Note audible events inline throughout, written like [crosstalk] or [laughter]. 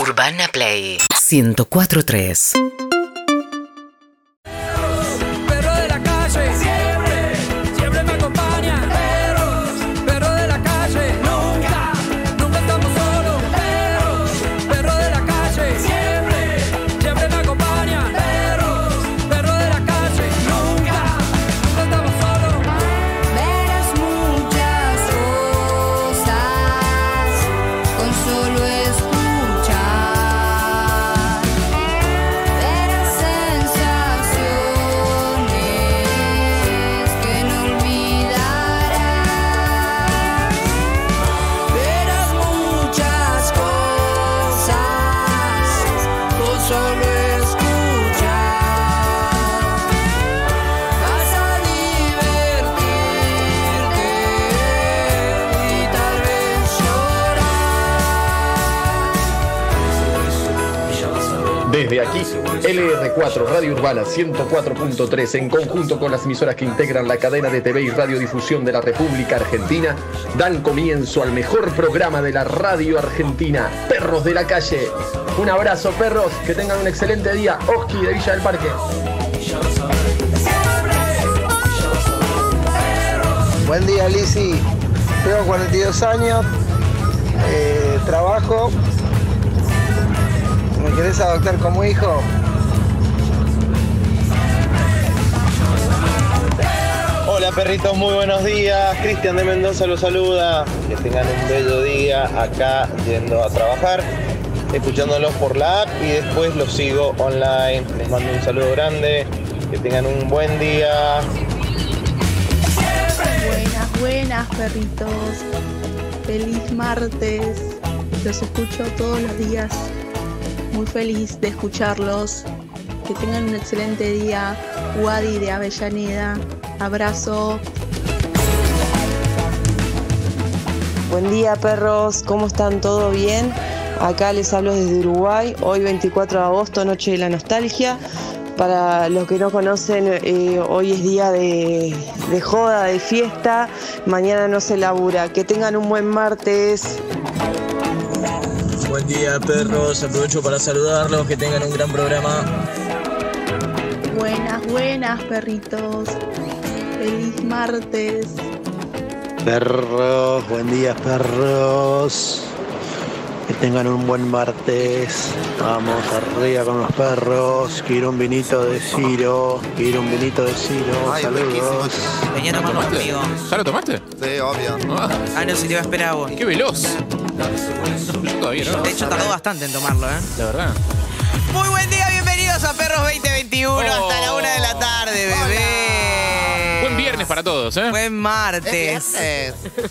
Urbana Play 1043. perro de la calle. Siempre, siempre me acompaña. Perros, perro de la calle. Nunca, nunca estamos solos. Perros, perro de la calle. Siempre, siempre me acompaña. Perros, perro de la calle. Nunca, nunca estamos solos. Verás muchas cosas con solo escuchar. Verás sensaciones que no olvidarás. Verás muchas cosas con solo escuchar. Vas a divertirte y tal vez llorar. Desde aquí, LR4 Radio Urbana 104.3, en conjunto con las emisoras que integran la cadena de TV y radiodifusión de la República Argentina, dan comienzo al mejor programa de la radio argentina, Perros de la Calle. Un abrazo, perros, que tengan un excelente día. Oski de Villa del Parque. Buen día, Lisi. Tengo 42 años, eh, trabajo. ¿Me querés adoptar como hijo? Hola perritos, muy buenos días. Cristian de Mendoza los saluda. Que tengan un bello día acá yendo a trabajar, escuchándolos por la app y después los sigo online. Les mando un saludo grande. Que tengan un buen día. Buenas, buenas perritos. Feliz martes. Los escucho todos los días. Muy feliz de escucharlos. Que tengan un excelente día. Wadi de Avellaneda. Abrazo. Buen día perros, ¿cómo están? ¿Todo bien? Acá les hablo desde Uruguay, hoy 24 de agosto, Noche de la Nostalgia. Para los que no conocen, eh, hoy es día de, de joda, de fiesta, mañana no se labura. Que tengan un buen martes. Buen día perros, aprovecho para saludarlos, que tengan un gran programa. Buenas, buenas perritos. Feliz martes. Perros, buen día perros. Que tengan un buen martes. Vamos arriba con los perros. Quiero un vinito de Ciro. Quiero un vinito de Ciro. Saludos. Venía a tomarlo conmigo. ¿Ya lo tomaste? Sí, obvio. Ah, no, si te iba a esperar a vos. ¡Qué veloz! Yo todavía no. De hecho, tardó bastante en tomarlo, ¿eh? La verdad. Muy buen día, bienvenidos a Perros 2021. Hasta la una de la tarde, bebé. Buen viernes para todos, ¿eh? Buen martes.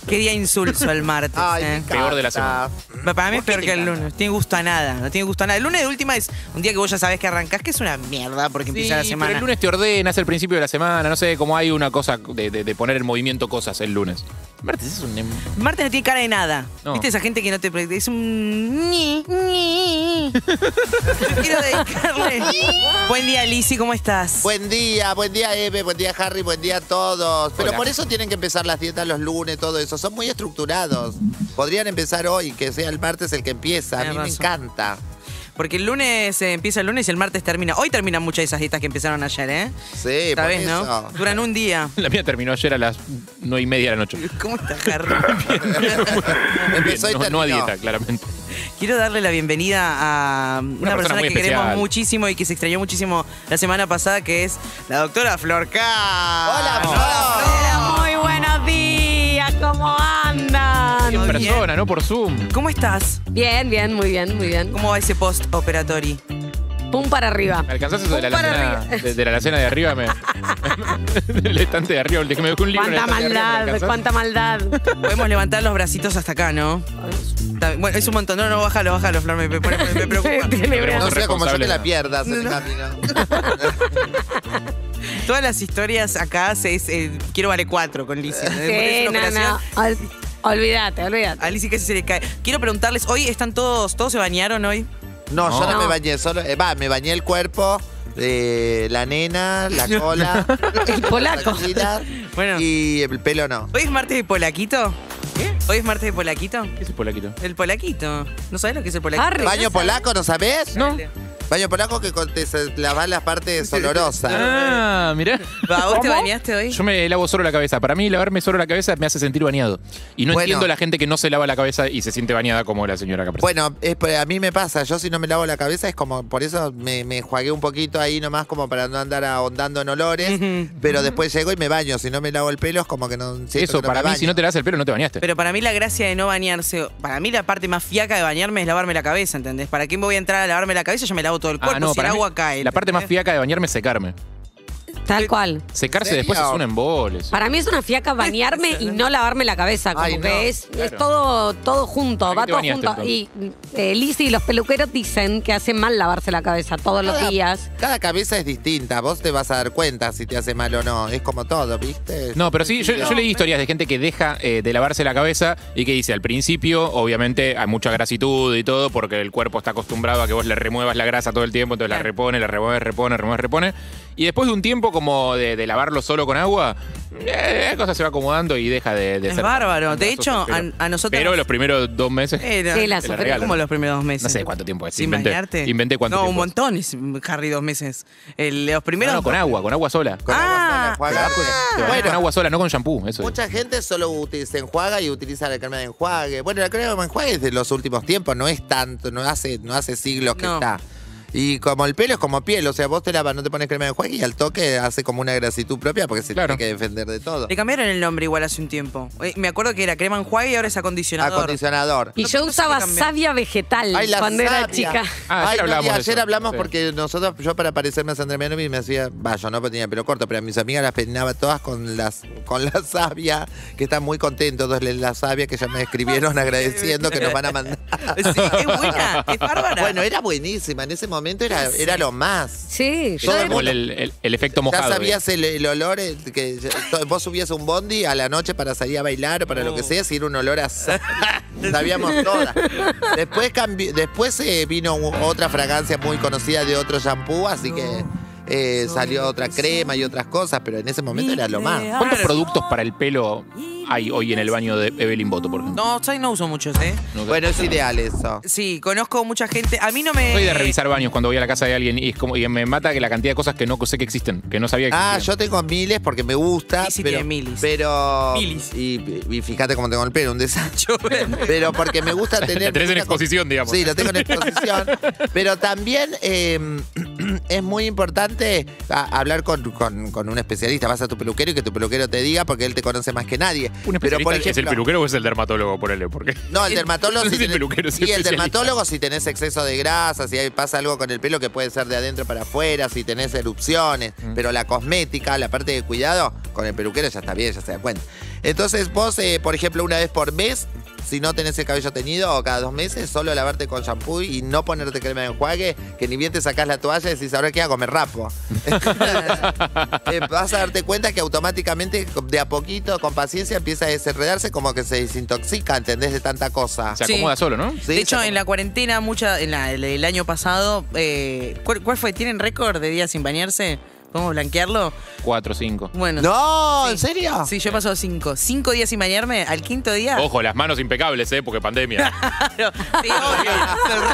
Qué día insulso el martes. eh. Peor de la semana. Pa- Para mí es peor que el lunes. No tiene gusto a nada. No tiene gusto a nada. El lunes de última es un día que vos ya sabés que arrancás, que es una mierda porque empieza la Sí, semana. Pero el lunes te ordenas el principio de la semana, no sé, como hay una cosa de, de- de poner en movimiento cosas el lunes. [laughs] Martes es un... em- Martes no tiene cara de nada. No. ¿Viste esa gente que no te pre- Es un. ñi, ñi. [laughs] Yo quiero dedicarle. Buen día, Lizzy, ¿cómo estás? Buen día, buen día Eve, buen día Harry, buen día a todos. Pero Hola. por eso tienen que empezar las dietas los lunes, todo eso. Son muy estructurados. Podrían empezar hoy, que sea el martes el que empieza. A mí Tenés me razón. encanta. Porque el lunes eh, empieza el lunes y el martes termina. Hoy terminan muchas de esas dietas que empezaron ayer, ¿eh? Sí, Esta por vez, eso. ¿no? Duran [laughs] un día. La mía terminó ayer a las 9 y media de la noche. ¿Cómo [laughs] estás, Harry? Empezó y no, no a terminó. dieta, claramente. Quiero darle la bienvenida a una, persona persona, muy que queremos especial. muchísimo y que se extrañó muchísimo la semana pasada, que es la doctora Flor K. Hola, Flor. Muy buenos días, ¿cómo andan? En bien. persona, no por Zoom. ¿Cómo estás? Bien, bien, muy bien, muy bien. ¿Cómo va ese post-operatory? Pum para arriba. ¿Me alcanzás eso de la Para alacena de, de la alacena de arriba? Me, [laughs] del estante de arriba, el que me dejó un libro. en el Cuánta estante de arriba, maldad, ¿me alcanzás? cuánta maldad. Podemos levantar los bracitos hasta acá, ¿no? Está- Bueno, es un montón. No, no, bájalo, bájalo, Flor, me, me pone- me preocupa. Tiene Pero brazos. No sea como yo te responsable, la no. pierdas en el camino. [laughs] Todas las historias acá se es, eh, quiero vale cuatro con Lizzie. Sí, Es una no, operación. no. Ol- Olvídate, olvídate. A Lizzie casi se le cae. Quiero preguntarles, hoy están todos, todos se bañaron hoy. No, yo no No. me bañé, solo. eh, Va, me bañé el cuerpo, eh, la nena, [laughs] la cola. [laughs] El polaco. la cocina, Bueno. Y el pelo no. Hoy es martes de polaquito. ¿Hoy es martes de Polaquito? ¿Qué es el Polaquito? El Polaquito. ¿No sabes lo que es el Polaquito? ¿Baño polaco no sabés? No. Baño polaco que con- te se- lavas las [laughs] partes olorosas. Ah, mirá. Va, ¿Vos te bañaste hoy? Yo me lavo solo la cabeza. Para mí, lavarme solo la cabeza me hace sentir bañado. Y no Bueno. entiendo la gente que no se lava la cabeza y se siente bañada como la señora Capra. Bueno, es por- a mí me pasa, yo si no me lavo la cabeza es como, por eso me, me juagué un poquito ahí nomás como para no andar ahondando en olores, pero después llego y me baño, si no me lavo el pelo es como que no... siento Eso, que no para me mí, si no te lavas el pelo, no te bañaste. [laughs] Pero para mí la gracia de no bañarse, para mí la parte más fiaca de bañarme es lavarme la cabeza, ¿entendés? ¿Para qué me voy a entrar a lavarme la cabeza? Yo me lavo todo el Ah, cuerpo, no, si el para mí, agua cae. La parte más fiaca de bañarme es secarme. Tal cual. Secarse ¿En después es serio? un embole. sí. Para mí es una fiaca bañarme y no lavarme la cabeza, como Ay, no, que es, claro. es todo, todo junto, ¿Para va qué te todo bañaste, junto. Y eh, Lizzy y los peluqueros dicen que hace mal lavarse la cabeza todos los Cada- días. Cada cabeza es distinta, vos te vas a dar cuenta si te hace mal o no, es como todo, ¿viste? No, pero sí, yo, yo leí historias de gente que deja eh, de lavarse la cabeza y que dice, al principio, obviamente, hay mucha grasitud y todo, porque el cuerpo está acostumbrado a que vos le remuevas la grasa todo el tiempo, entonces la repone, la remueve, repone, remueve, repone. Y después de un tiempo como de, de lavarlo solo con agua, eh, la cosa se va acomodando y deja de, de Es ser... bárbaro. De Pero- hecho, a, a nosotros... Pero los primeros dos meses... Eh, no. te Sí, la sufrí regalan. como los primeros dos meses. No sé cuánto tiempo es. sin inventé, bañarte. Inventé cuánto No, tiempo un es. montón, es, Harry, dos meses. El- los primeros... No, no, con agua, con agua sola. Con Ah, bueno. Con agua sola, no con shampoo, eso. es. Mucha gente solo utiliza, se enjuaga y utiliza la crema de enjuague. Bueno, la crema de enjuague es de los últimos tiempos, no es tanto, no hace, no hace siglos que No. está. Y como el pelo es como piel, o sea, vos te lavas, no te pones crema de enjuague y al toque hace como una grasitud propia porque se tiene que defender de todo. le cambiaron el nombre igual hace un tiempo. Eh, Me acuerdo que era crema enjuague y ahora es acondicionador. Ah, Acondicionador. Y yo usaba savia vegetal Ay, la cuando era savia. chica. Ay, no, y hablamos Ah, de ayer eso. hablamos Sí. porque nosotros, yo para parecerme a Sandra Mianovich me hacía, va, yo no tenía pelo corto, pero a mis amigas las peinaba todas con las con la [laughs] savia, que están muy contentos, dos les la savia que ya me escribieron agradeciendo que nos van a mandar. [laughs] Sí, es buena, es bárbara. Bueno, era buenísima, en ese momento era, era lo más. Sí, yo Como el, el- el efecto mojado. Ya ¿viste? sabías el, el olor, el que ya- to- vos subías un bondi a la noche para salir a bailar o para lo que sea, si era un olor a sal. Sabíamos todas. Después, cambió- después eh, vino u- otra fragancia muy conocida de otro shampoo, así que eh, salió otra crema y otras cosas, pero en ese momento era lo más. ¿Cuántos productos para el pelo hay hoy en el baño de Evelyn Boto, por ejemplo? No, soy no uso muchos, ¿eh? Bueno, es ideal eso. Sí, conozco mucha gente. A mí no me... eh. Soy de revisar baños cuando voy a la casa de alguien y es como y me mata que la cantidad de cosas que no sé que existen, que no sabía que Ah, existían. yo tengo miles porque me gusta. pero, tiene milis. Pero. Milis. Y, y fíjate cómo tengo el pelo, un [laughs] desastre. pero porque me gusta [laughs] La tener. tenés en mucha exposición, digamos. Sí, lo tengo en exposición. pero también eh, [clears throat] es muy importante a- hablar con, con- con un especialista. Vas a tu peluquero y que tu peluquero te diga porque él te conoce más que nadie. Un pero especialista por es el ejemplo- peluquero o es el dermatólogo, ponele, porque no, [laughs] el dermatólogo. No si es el tenés- peluquero, es sí, el especialista. dermatólogo si tenés exceso de grasa, si hay- pasa algo con el pelo que puede ser de adentro para afuera, si tenés erupciones. Mm. Pero la cosmética, la parte de cuidado, con el peluquero ya está bien, ya se da [laughs] cuenta. [laughs] Entonces vos, eh, por ejemplo, una vez por mes, si no tenés el cabello teñido o cada dos meses, solo lavarte con shampoo y no ponerte crema de enjuague, que ni bien te sacás la toalla y decís, ahora qué hago, me rapo. Eh, vas a darte cuenta que automáticamente, de a poquito, con paciencia, empieza a desenredarse, como que se desintoxica, ¿entendés? De tanta cosa. se acomoda solo, ¿no? Sí, de se hecho, en la cuarentena, mucha, en la- el, el año pasado, eh, ¿cuál, cuál fue? ¿Tienen récord de días sin bañarse? ¿Podemos blanquearlo? Cuatro, cinco. Bueno. No, ¿en serio? Sí, yo he pasado cinco. Cinco días sin bañarme, al quinto día. [laughs] Ojo, las manos impecables, ¿eh? Porque pandemia. [laughs]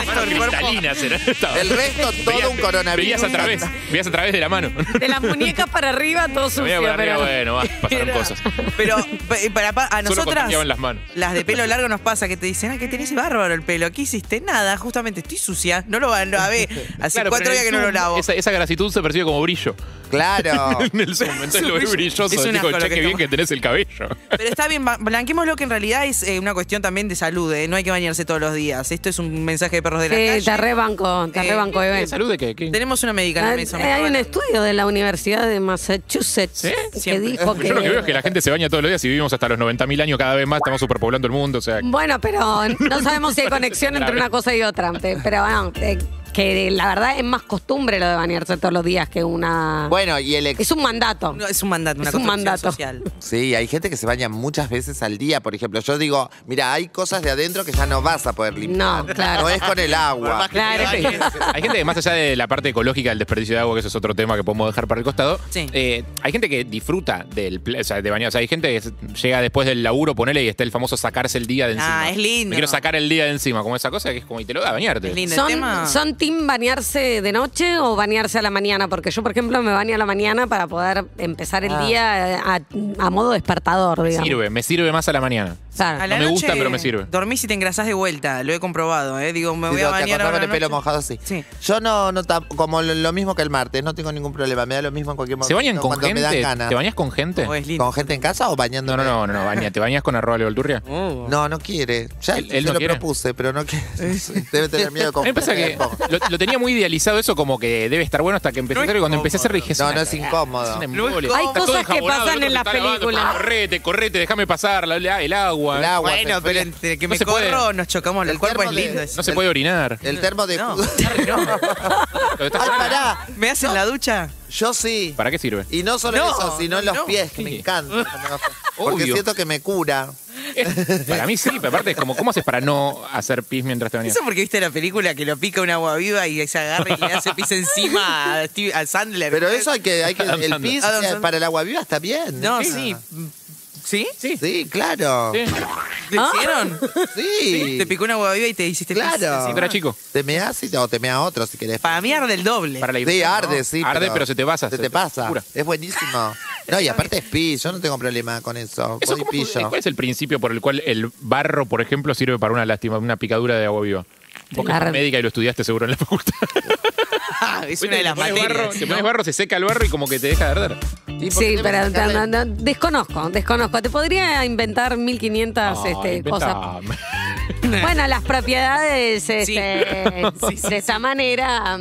Manos cristalinas era esta. El resto, todo un Veías coronavirus. a través, veías a través de la mano. De las muñecas para arriba todo [laughs] La sucio. veía por arriba, pero- bueno, va, pasaron cosas. Pero pa- eh, para, pa- a Solo nosotras, contagiaban las manos. las de pelo largo nos pasa que te dicen, ah, que tenés bárbaro el pelo. ¿Qué hiciste? Nada, justamente estoy sucia. No lo van a [laughs] ver. Hace Claro, cuatro pero en días el que no lo Zoom, lavo. Esa, esa grasitud se percibe como brillo. Claro. [laughs] en el Zoom, entonces lo ves Es un brilloso. asco digo, lo che, que qué bien que tenés el cabello. Pero está bien, ba- blanqueémoslo que en realidad es eh, una cuestión también de salud, ¿eh? no hay que bañarse todos los días. Esto es un mensaje de perros de la calle. Sí, te rebanco, te Eh, rebanco, Eben. ¿De salud de qué? ¿Qué? Tenemos una médica en la Ah, mesa. eh, hay un estudio de la Universidad de Massachusetts que Siempre. dijo [laughs] Yo lo que veo es que... que la gente se baña todos los días y vivimos hasta los 90.000 años cada vez más, estamos superpoblando el mundo, o sea... [laughs] Bueno, pero no sabemos si hay conexión entre Claro. una cosa y otra. pe- Pero bueno, eh, Que la verdad es más costumbre lo de bañarse todos los días que una. Bueno, y el ex- Es un mandato. es un mandato, una es un construcción mandato. social. Sí, hay gente que se baña muchas veces al día, por ejemplo. Yo digo, mira, hay cosas de adentro que ya no vas a poder limpiar. No, claro. No es con el Por agua. más que Claro. te bañes. Hay gente que más allá de la parte ecológica del desperdicio de agua, que eso es otro tema que podemos dejar para el costado, eh, hay gente que disfruta del pl- o sea, de bañarse. hay gente que se- llega después del laburo, ponele, y está el famoso sacarse el día de encima. Ah, es lindo. Me quiero sacar el día de encima, como esa cosa que es como, y te lo da a bañarte. ¿Son, ¿Son team bañarse de noche o bañarse a la mañana? Porque yo, por ejemplo, me baño a la mañana para poder empezar el Ah. día eh, a, a modo despertador, Me digamos. sirve, me sirve más a la mañana. Ah, Claro. A la no me noche gusta, pero me sirve. Dormís y te engrasás de vuelta, lo he comprobado, ¿eh? Digo, me voy Sí, a no, te bañar acostás ahora con a el la pelo noche. mojado así. Yo no, no tam- como lo, lo mismo que el martes, no tengo ningún problema, me da lo mismo en cualquier momento. ¿Se bañan con cuando me dan gente? ganas. ¿Te bañas con Oh, gente? ¿Con gente en casa o bañando? No, no, no, no, ¿eh? no, baña. ¿Te bañas con arroba levolturria? No, no quiere. [laughs] Ya Él- él se no lo quiere. propuse, pero no quiere. [laughs] Debe tener miedo A con mí me [laughs] pasa que lo, lo tenía muy idealizado eso como que debe estar bueno hasta que empecé a hacer y cuando empecé a hacer dije... No, no es incómodo. Hay cosas que pasan en las películas. Correte, correte, déjame pasar la- la- el agua. El agua se Bueno, pero enfría. entre que me corro, nos chocamos, el, cuerpo es lindo. No se [laughs] puede orinar. El termo de. Ay, pará. ¿Me hacen la ducha? Yo sí. ¿Para qué sirve? Y no solo No, eso, sino en los no. pies, que me encanta. Porque Obvio. siento que me cura. Para mí sí, pero aparte es como, ¿cómo haces para no hacer pis mientras te bañas? Eso porque viste la película que lo pica un agua viva y se agarra y le hace pis encima a, Steve- a Sandler. Pero eso hay que. Hay que Adam el Sandler. pis Adam eh, Sandler. para el agua viva está bien. No, Sí. sí. ¿Sí? Sí. Sí, claro. Sí. ¿Lo hicieron? Sí. Te picó un agua viva y te hiciste pis Claro. encima. Pero era chico. Te me hace o te mea otro si querés. Para mí arde el doble. Para la Sí, higiene, arde, ¿no? sí. Arde, pero, se te pasa. Se te pasa. cura. Es buenísimo. No, y aparte es pis, yo no tengo problema con eso. Eso, Voy ¿cómo pillo. funciona? ¿Cuál es el principio por el cual el barro, por ejemplo, sirve para una lástima, una picadura de agua viva? Vos que Claro. sos médica y lo estudiaste seguro en la facultad. Ah, [laughs] es una Te de las pones materias. barro, te ¿no? pones barro, se seca el barro y como que te deja de arder. Sí, pero no, no, no, desconozco, desconozco. Te podría inventar 1500 Ay, este, cosas. [laughs] inventame. Bueno, las propiedades este, Sí. Sí, sí, de esa manera,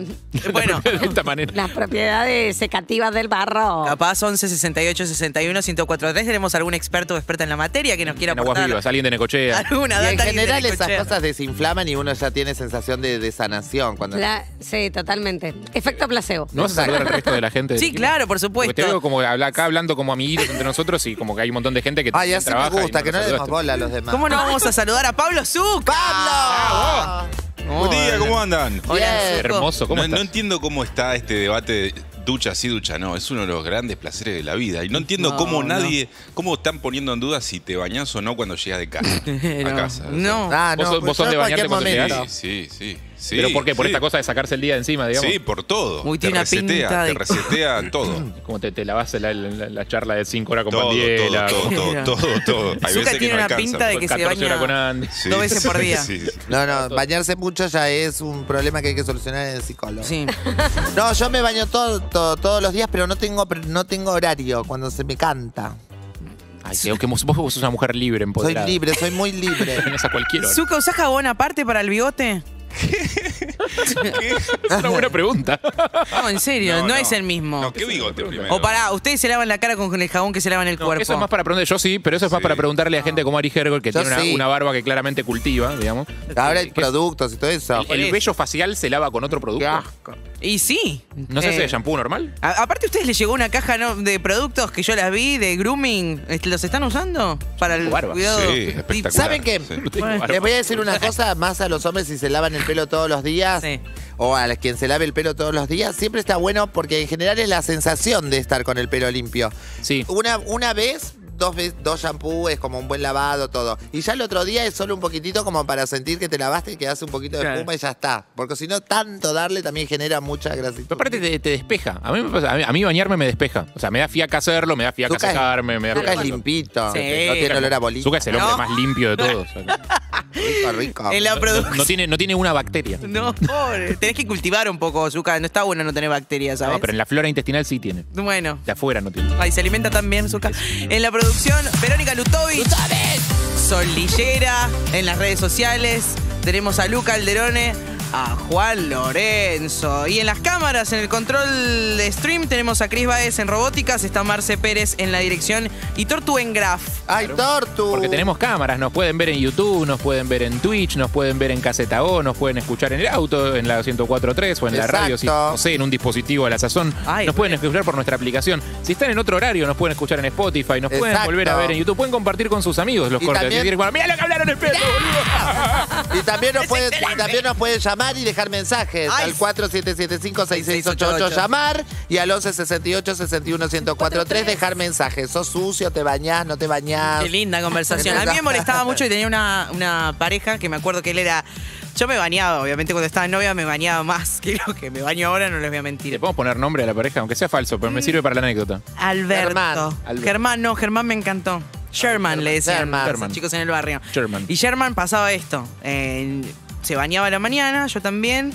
Bueno, [laughs] De esta manera. las propiedades secativas del barro. capaz 11 68 61 1043 tenemos algún experto o experta en la materia que nos Mm, quiera En aguas aportar vivas, alguien de Necochea. Y alguna en data. general esas Necochea. cosas desinflaman y uno ya tiene sensación de, de sanación cuando La- sí, totalmente. Efecto placebo. ¿No vas a saludar al resto de la gente? del Sí, equipo? claro, por Porque te veo supuesto. como habla- acá hablando como amiguitos entre nosotros y como que hay un montón de gente que Ay, también así me trabaja y gusta, que no nos le demos saludaste. bola a los demás. ¿Cómo no vamos a saludar a Pablo Zuc? ¡Pablo! Ah, Buen día, ¿cómo andan? Hola, Bien. Zucco. Hermoso, ¿cómo no, no estás? entiendo cómo está este debate de ducha sí, ducha no. Es uno de los grandes placeres de la vida. Y no entiendo No, cómo no. nadie, cómo están poniendo en duda si te bañás o no cuando llegas de casa. [laughs] Pero- a casa. No. Ah, Vos sos- pues vos sos yo de en cualquier bañarte cuando momento. llegás. Sí, sí, sí. ¿Pero por qué? ¿Por sí. esta cosa de sacarse el día de encima, digamos? Sí, por todo. Uy, te tiene una resetea, pinta de- te [laughs] resetea todo. Como te, te lavaste la, la- la charla de 5 horas con Todo, Pandiela. todo, todo, Mira. todo, todo, todo. Hay Zucca veces que tiene no una alcanza. pinta de que se 14 horas con baña [laughs] Andy. Sí, dos veces por sí, día. sí, sí. No, no, bañarse mucho ya es un problema que hay que solucionar en el psicólogo. Sí. No, yo me baño todo, todo- todos los días, pero no tengo, pr- no tengo horario cuando se me canta. Ay, que, que vos, vos sos una mujer libre, Soy empoderada. libre, soy muy [laughs] libre. [laughs] Tenés a [laughs] cualquier hora. ¿Zuka usás jabón aparte para el bigote? Es una buena [laughs] pregunta. No, en serio, no, Ah, No, no. es el mismo. No, qué bigote primero. o pará, ustedes se lavan la cara con el jabón que se lavan el cuerpo. Eso es más para preguntar, yo sí, pero eso es más Sí. para preguntarle a gente como Ari Hergol, que Yo tiene una, sí. una barba que claramente cultiva, digamos. Ahora hay Que- que productos y todo eso. el, el vello facial se lava con otro producto. Qué asco. Y sí. No sé Eh, si es shampoo normal. a- aparte, a ustedes les llegó una caja ¿no? de productos que yo las vi, de grooming. Este, ¿Los están usando? Para el Tengo barba. cuidado. Sí, espectacular. ¿Saben qué? Sí. No [laughs] tengo Bueno. barba. Les voy a decir una cosa más a los hombres si se lavan el pelo todos los días. Sí. O a quien se lave el pelo todos los días, siempre está bueno porque en general es la sensación de estar con el pelo limpio. Sí. Una, una vez, dos veces, dos shampoos, es como un buen lavado, todo. Y ya el otro día es solo un poquitito como para sentir que te lavaste y que hace un poquito de Claro. espuma y ya está. Porque si no, tanto darle también genera mucha grasitud. Pero aparte te, te despeja. A mí, me pasa- a mí- a mí bañarme me despeja. O sea, me da fiaca hacerlo, me da fiaca Zucca es- secarme, me da Zucca fiaca. es limpito. Sí. No tiene olor a bolita. Zucca es el hombre No. más limpio de todos. [laughs] O sea, Rico, rico. En la no- producción. no, tiene, no tiene una bacteria. Ah, No, [laughs] No, pobre. Tenés que cultivar un poco, Zuka. No está bueno no tener bacterias, ¿sabes? pero en la flora intestinal sí tiene. Bueno. De afuera no tiene. Ay, se alimenta también, Zuka. En la producción, Verónica Lutovic. Solillera. En las redes sociales. Tenemos a Luca Alderone. a Juan Lorenzo. Y en las cámaras, en el control de stream, tenemos a Cris Baez en robóticas, está Marce Pérez en la dirección y Tortu en Graf. ¡Ay, Tortu! Porque tenemos cámaras, nos pueden ver en YouTube, nos pueden ver en Twitch, nos pueden ver en Caseta O, nos pueden escuchar en el auto, en la 104.3 o en la radio, si, Exacto. no sé, en un dispositivo a la sazón. nos pueden escuchar por nuestra aplicación. Si están en otro horario, nos pueden escuchar en Spotify, nos pueden Exacto. volver a ver en YouTube, pueden compartir con sus amigos los Y cortes. también- Decir, bueno, "Mirá lo que hablaron el pedo, [laughs] Y también nos, pueden, y también nos pueden llamar y dejar mensajes al 4775-6688 llamar y al 1168-61-1043 dejar mensajes. Sos sucio, te bañás, no te bañás. Qué linda conversación. A mí me molestaba mucho y tenía una, una pareja que me acuerdo que él era. Yo me bañaba, obviamente, cuando estaba novia me bañaba más que lo que me baño ahora, no les voy a mentir. Le podemos poner nombre a la pareja, aunque sea falso, Mm. pero me sirve para la anécdota. Alberto. Germán. Germán. Alberto. no, Germán me encantó. Sherman le decían Germán. los Germán. chicos en el barrio. Sherman. Y Sherman pasaba esto. eh, se bañaba a la mañana, yo también.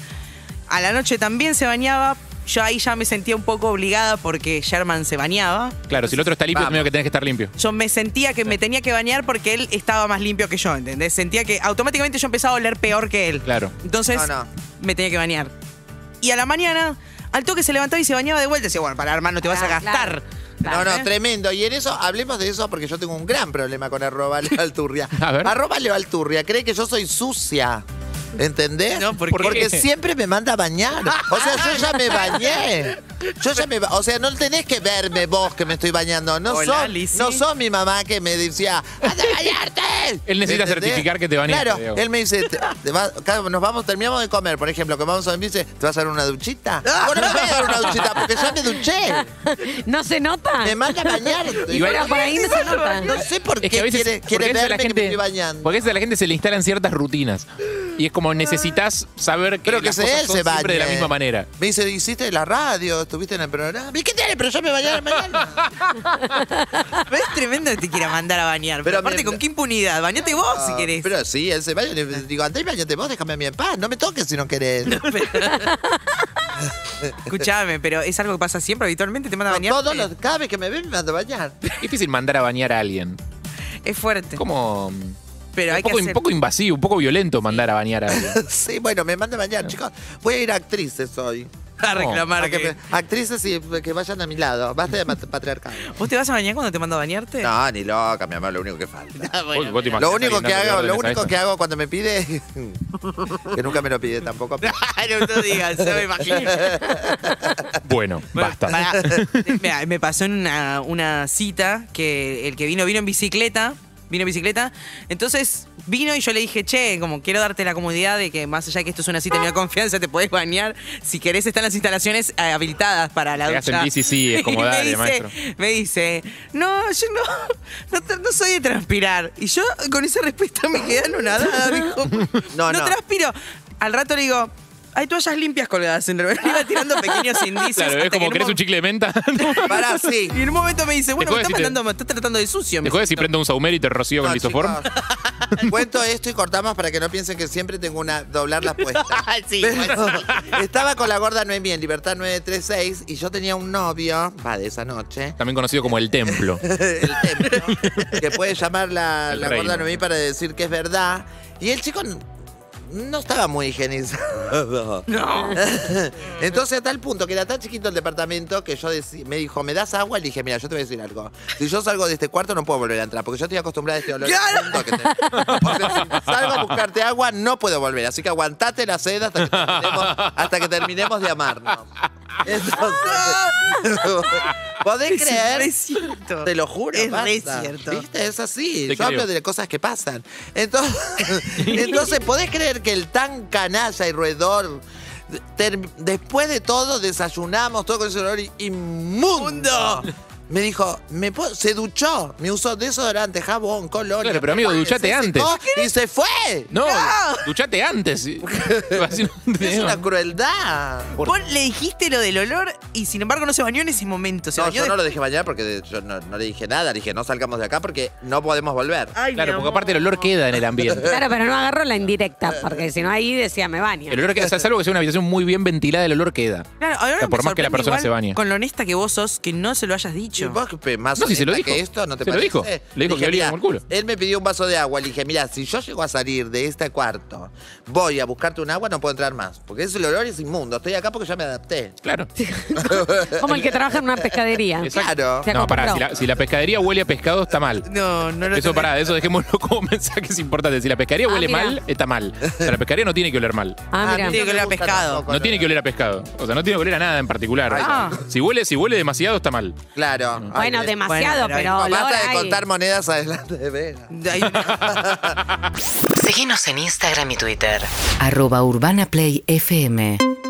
A la noche también se bañaba. Yo ahí ya me sentía un poco obligada porque Sherman se bañaba. Claro, si el otro está limpio, Vamos. es medio que tenés que estar limpio. Yo me sentía que me tenía que bañar porque él estaba más limpio que yo, ¿entendés? Sentía que automáticamente yo empezaba a oler peor que él. Claro. Entonces No, no. me tenía que bañar. Y a la mañana, al toque se levantaba y se bañaba de vuelta. Decía, bueno, para hermano, te vas a Ah, gastar. No, no, tremendo. Y en eso, hablemos de eso porque yo tengo un gran problema con arroba [laughs] Leo Alturria. A ver. Arroba Leo Alturria, cree que yo soy sucia. ¿Entendés? ¿por qué? Porque siempre me manda a bañar. O sea, yo ya me bañé. Yo ya me ba- O sea, no tenés que verme vos que me estoy bañando. No, Hola, sos, Lizzy. no sos mi mamá que me decía, ¡anda a bañarte! Él necesita ¿Entendés? certificar que te bañaste, Claro, Diego. él me dice, te- te va- acá nos vamos, terminamos de comer, por ejemplo, que vamos a dormir, dice, ¿te vas a dar una duchita? [laughs] Bueno, no me voy a dar una duchita porque ya me duché. [laughs] ¿No se Ah. nota? Me manda [laughs] a [laughs] bañar. Igual- Pero por ahí no se nota. No sé por qué Es que a veces, quiere, porque quiere a veces verme la que me gente- estoy bañando. Porque a veces a la gente se le instalan ciertas rutinas. Y es como necesitas saber que, Pero que las se, cosas él son se bañe. siempre de la misma [laughs] manera. Me dice, hiciste la radio, estuviste en el programa. ¿Y qué tiene? Pero yo me bañé a la mañana. [laughs] Pero es tremendo que te quiera mandar a bañar. Pero aparte, ¿con qué impunidad? Bañate vos si querés. Ah, Pero sí, él se baña. y Le digo, andá y bañate vos, déjame a mí en paz. No me toques si no [laughs] querés. [laughs] Escuchame, pero es algo que pasa siempre. Habitualmente te manda a bañar. Todos los, cada vez que me ven me manda a bañar. [laughs] Es difícil mandar a bañar a alguien. eh, Es fuerte. Como. Pero un hay poco, que un hacer- poco invasivo, un poco violento mandar a bañar a alguien. sí, bueno, me manda a bañar, chicos. Voy a ir a actrices hoy. A reclamar A que que- me- actrices y que vayan a mi lado. Basta [laughs] de mat- patriarcado. ¿Vos te vas a bañar cuando te mando a bañarte? [laughs] No, ni loca, mi amor, lo único que falta. Vos- vos te Lo imaginás único saliendo que a hago, pegarle lo a único esa que hago cuando me pide, [laughs] que nunca me lo pide tampoco. Ah, no te digas, yo me imagino. Bueno, basta. Pará. [laughs] Mirá, me pasó en una, una cita que el que vino, vino en bicicleta. Vino en bicicleta. Entonces vino y yo le dije, che, como quiero darte la comodidad de que más allá de que esto es una cita de confianza, te podés bañar. Si querés, están las instalaciones eh, habilitadas para la Llegás ducha. en bici, sí, es como, [laughs] Y me dale, dice- maestro. Me dice, no, yo no, no, tra- no soy de transpirar. Y yo con esa respuesta me quedé anonadada. dijo, no, no. transpiro. Al rato le digo, hay toallas limpias colgadas en el [laughs] Iba tirando pequeños indicios. Claro, es hasta como que en querés un un chicle de [laughs] menta. [laughs] [laughs] Pará, sí. Y en un momento me dice, bueno, me jodes estás, si te- mandando, me estás tratando de sucio. ¿Te jodes si prendo un saumer y te rocío con lisoform? [laughs] Cuento esto y cortamos para que no piensen que siempre tengo una doblar las puestas. Sí, Pero estaba con la gorda Noemí en Libertad 936 y yo tenía un novio, va de esa noche, También conocido como [laughs] el templo. que puede llamar la, El la reino. gorda Noemí para decir que es verdad. Y el chico n- no estaba muy higienizado. No. [laughs] Entonces, a tal punto que era tan chiquito el departamento que yo decí- me dijo, ¿me das agua? Le dije, mira, yo te voy a decir algo. Si yo salgo de este cuarto no puedo volver a entrar porque yo estoy acostumbrada a este olor. Claro. inmundo que tenés. O sea, si salgo a buscarte agua, no puedo volver. Así que aguantate la sed hasta que terminemos, hasta que terminemos de [laughs] amarnos. Entonces, [laughs] ¿podés [laughs] Es creer? re cierto. Te lo juro. Es re basta. cierto. ¿Viste? Es así. Te Yo hablo creo. de cosas que pasan. [laughs] Entonces, entonces ¿podés creer que el tan canalla y roedor, ter- después de todo, desayunamos todo con ese olor inmundo? Me dijo, me po- se duchó, me usó desodorante, jabón, colonia. Claro, pero amigo, perfume, duchate se secó antes. Y se fue. No, duchate antes. [laughs] Así no te Es digo. una crueldad. Vos le dijiste lo del olor y sin embargo no se bañó en ese momento. Se No, bañó yo de- no lo dejé bañar porque de- yo no, no le dije nada. Le dije, no salgamos de acá porque no podemos volver. Ay, Claro, porque aparte el olor queda en el ambiente. Claro, pero no agarro la indirecta, porque si no ahí decía, me baño. El olor queda, o sea, salvo que sea una habitación muy bien ventilada, el olor queda. Claro, ahora O sea, por me más que la sorprende persona igual se bañe. Con lo honesta que vos sos, que no se lo hayas dicho. dicho. Vos, pe- más No, si se lo honesta dijo. que esto, ¿no te Se lo parece? dijo. Le dijo que Dije, olía "Mirá, como el culo". Él me pidió un vaso de agua. Le dije, mira, si yo llego a salir de este cuarto, voy a buscarte un agua, no puedo entrar más. Porque ese olor es inmundo. Estoy acá porque ya me adapté. Claro. Como el que trabaja en una pescadería. Claro. Se No, pará, acostumbró. si la, si la pescadería huele a pescado, está mal. No, no lo Eso pará, eso dejémoslo [laughs] como mensajes importantes. Si la pescadería Ah, huele mirá. mal, está mal. O sea, la pescadería no tiene que oler mal. Ah, mira. Tiene que oler a pescado. No tiene que oler a pescado. O sea, no tiene que oler a nada en particular. Ah. Si huele, si huele demasiado, está mal. Claro. Bueno, Ay, demasiado, Bueno, pero. olor Basta de hay. contar monedas adelante de Vega. Síguenos en Instagram y Twitter. Arroba Urbana Play FM.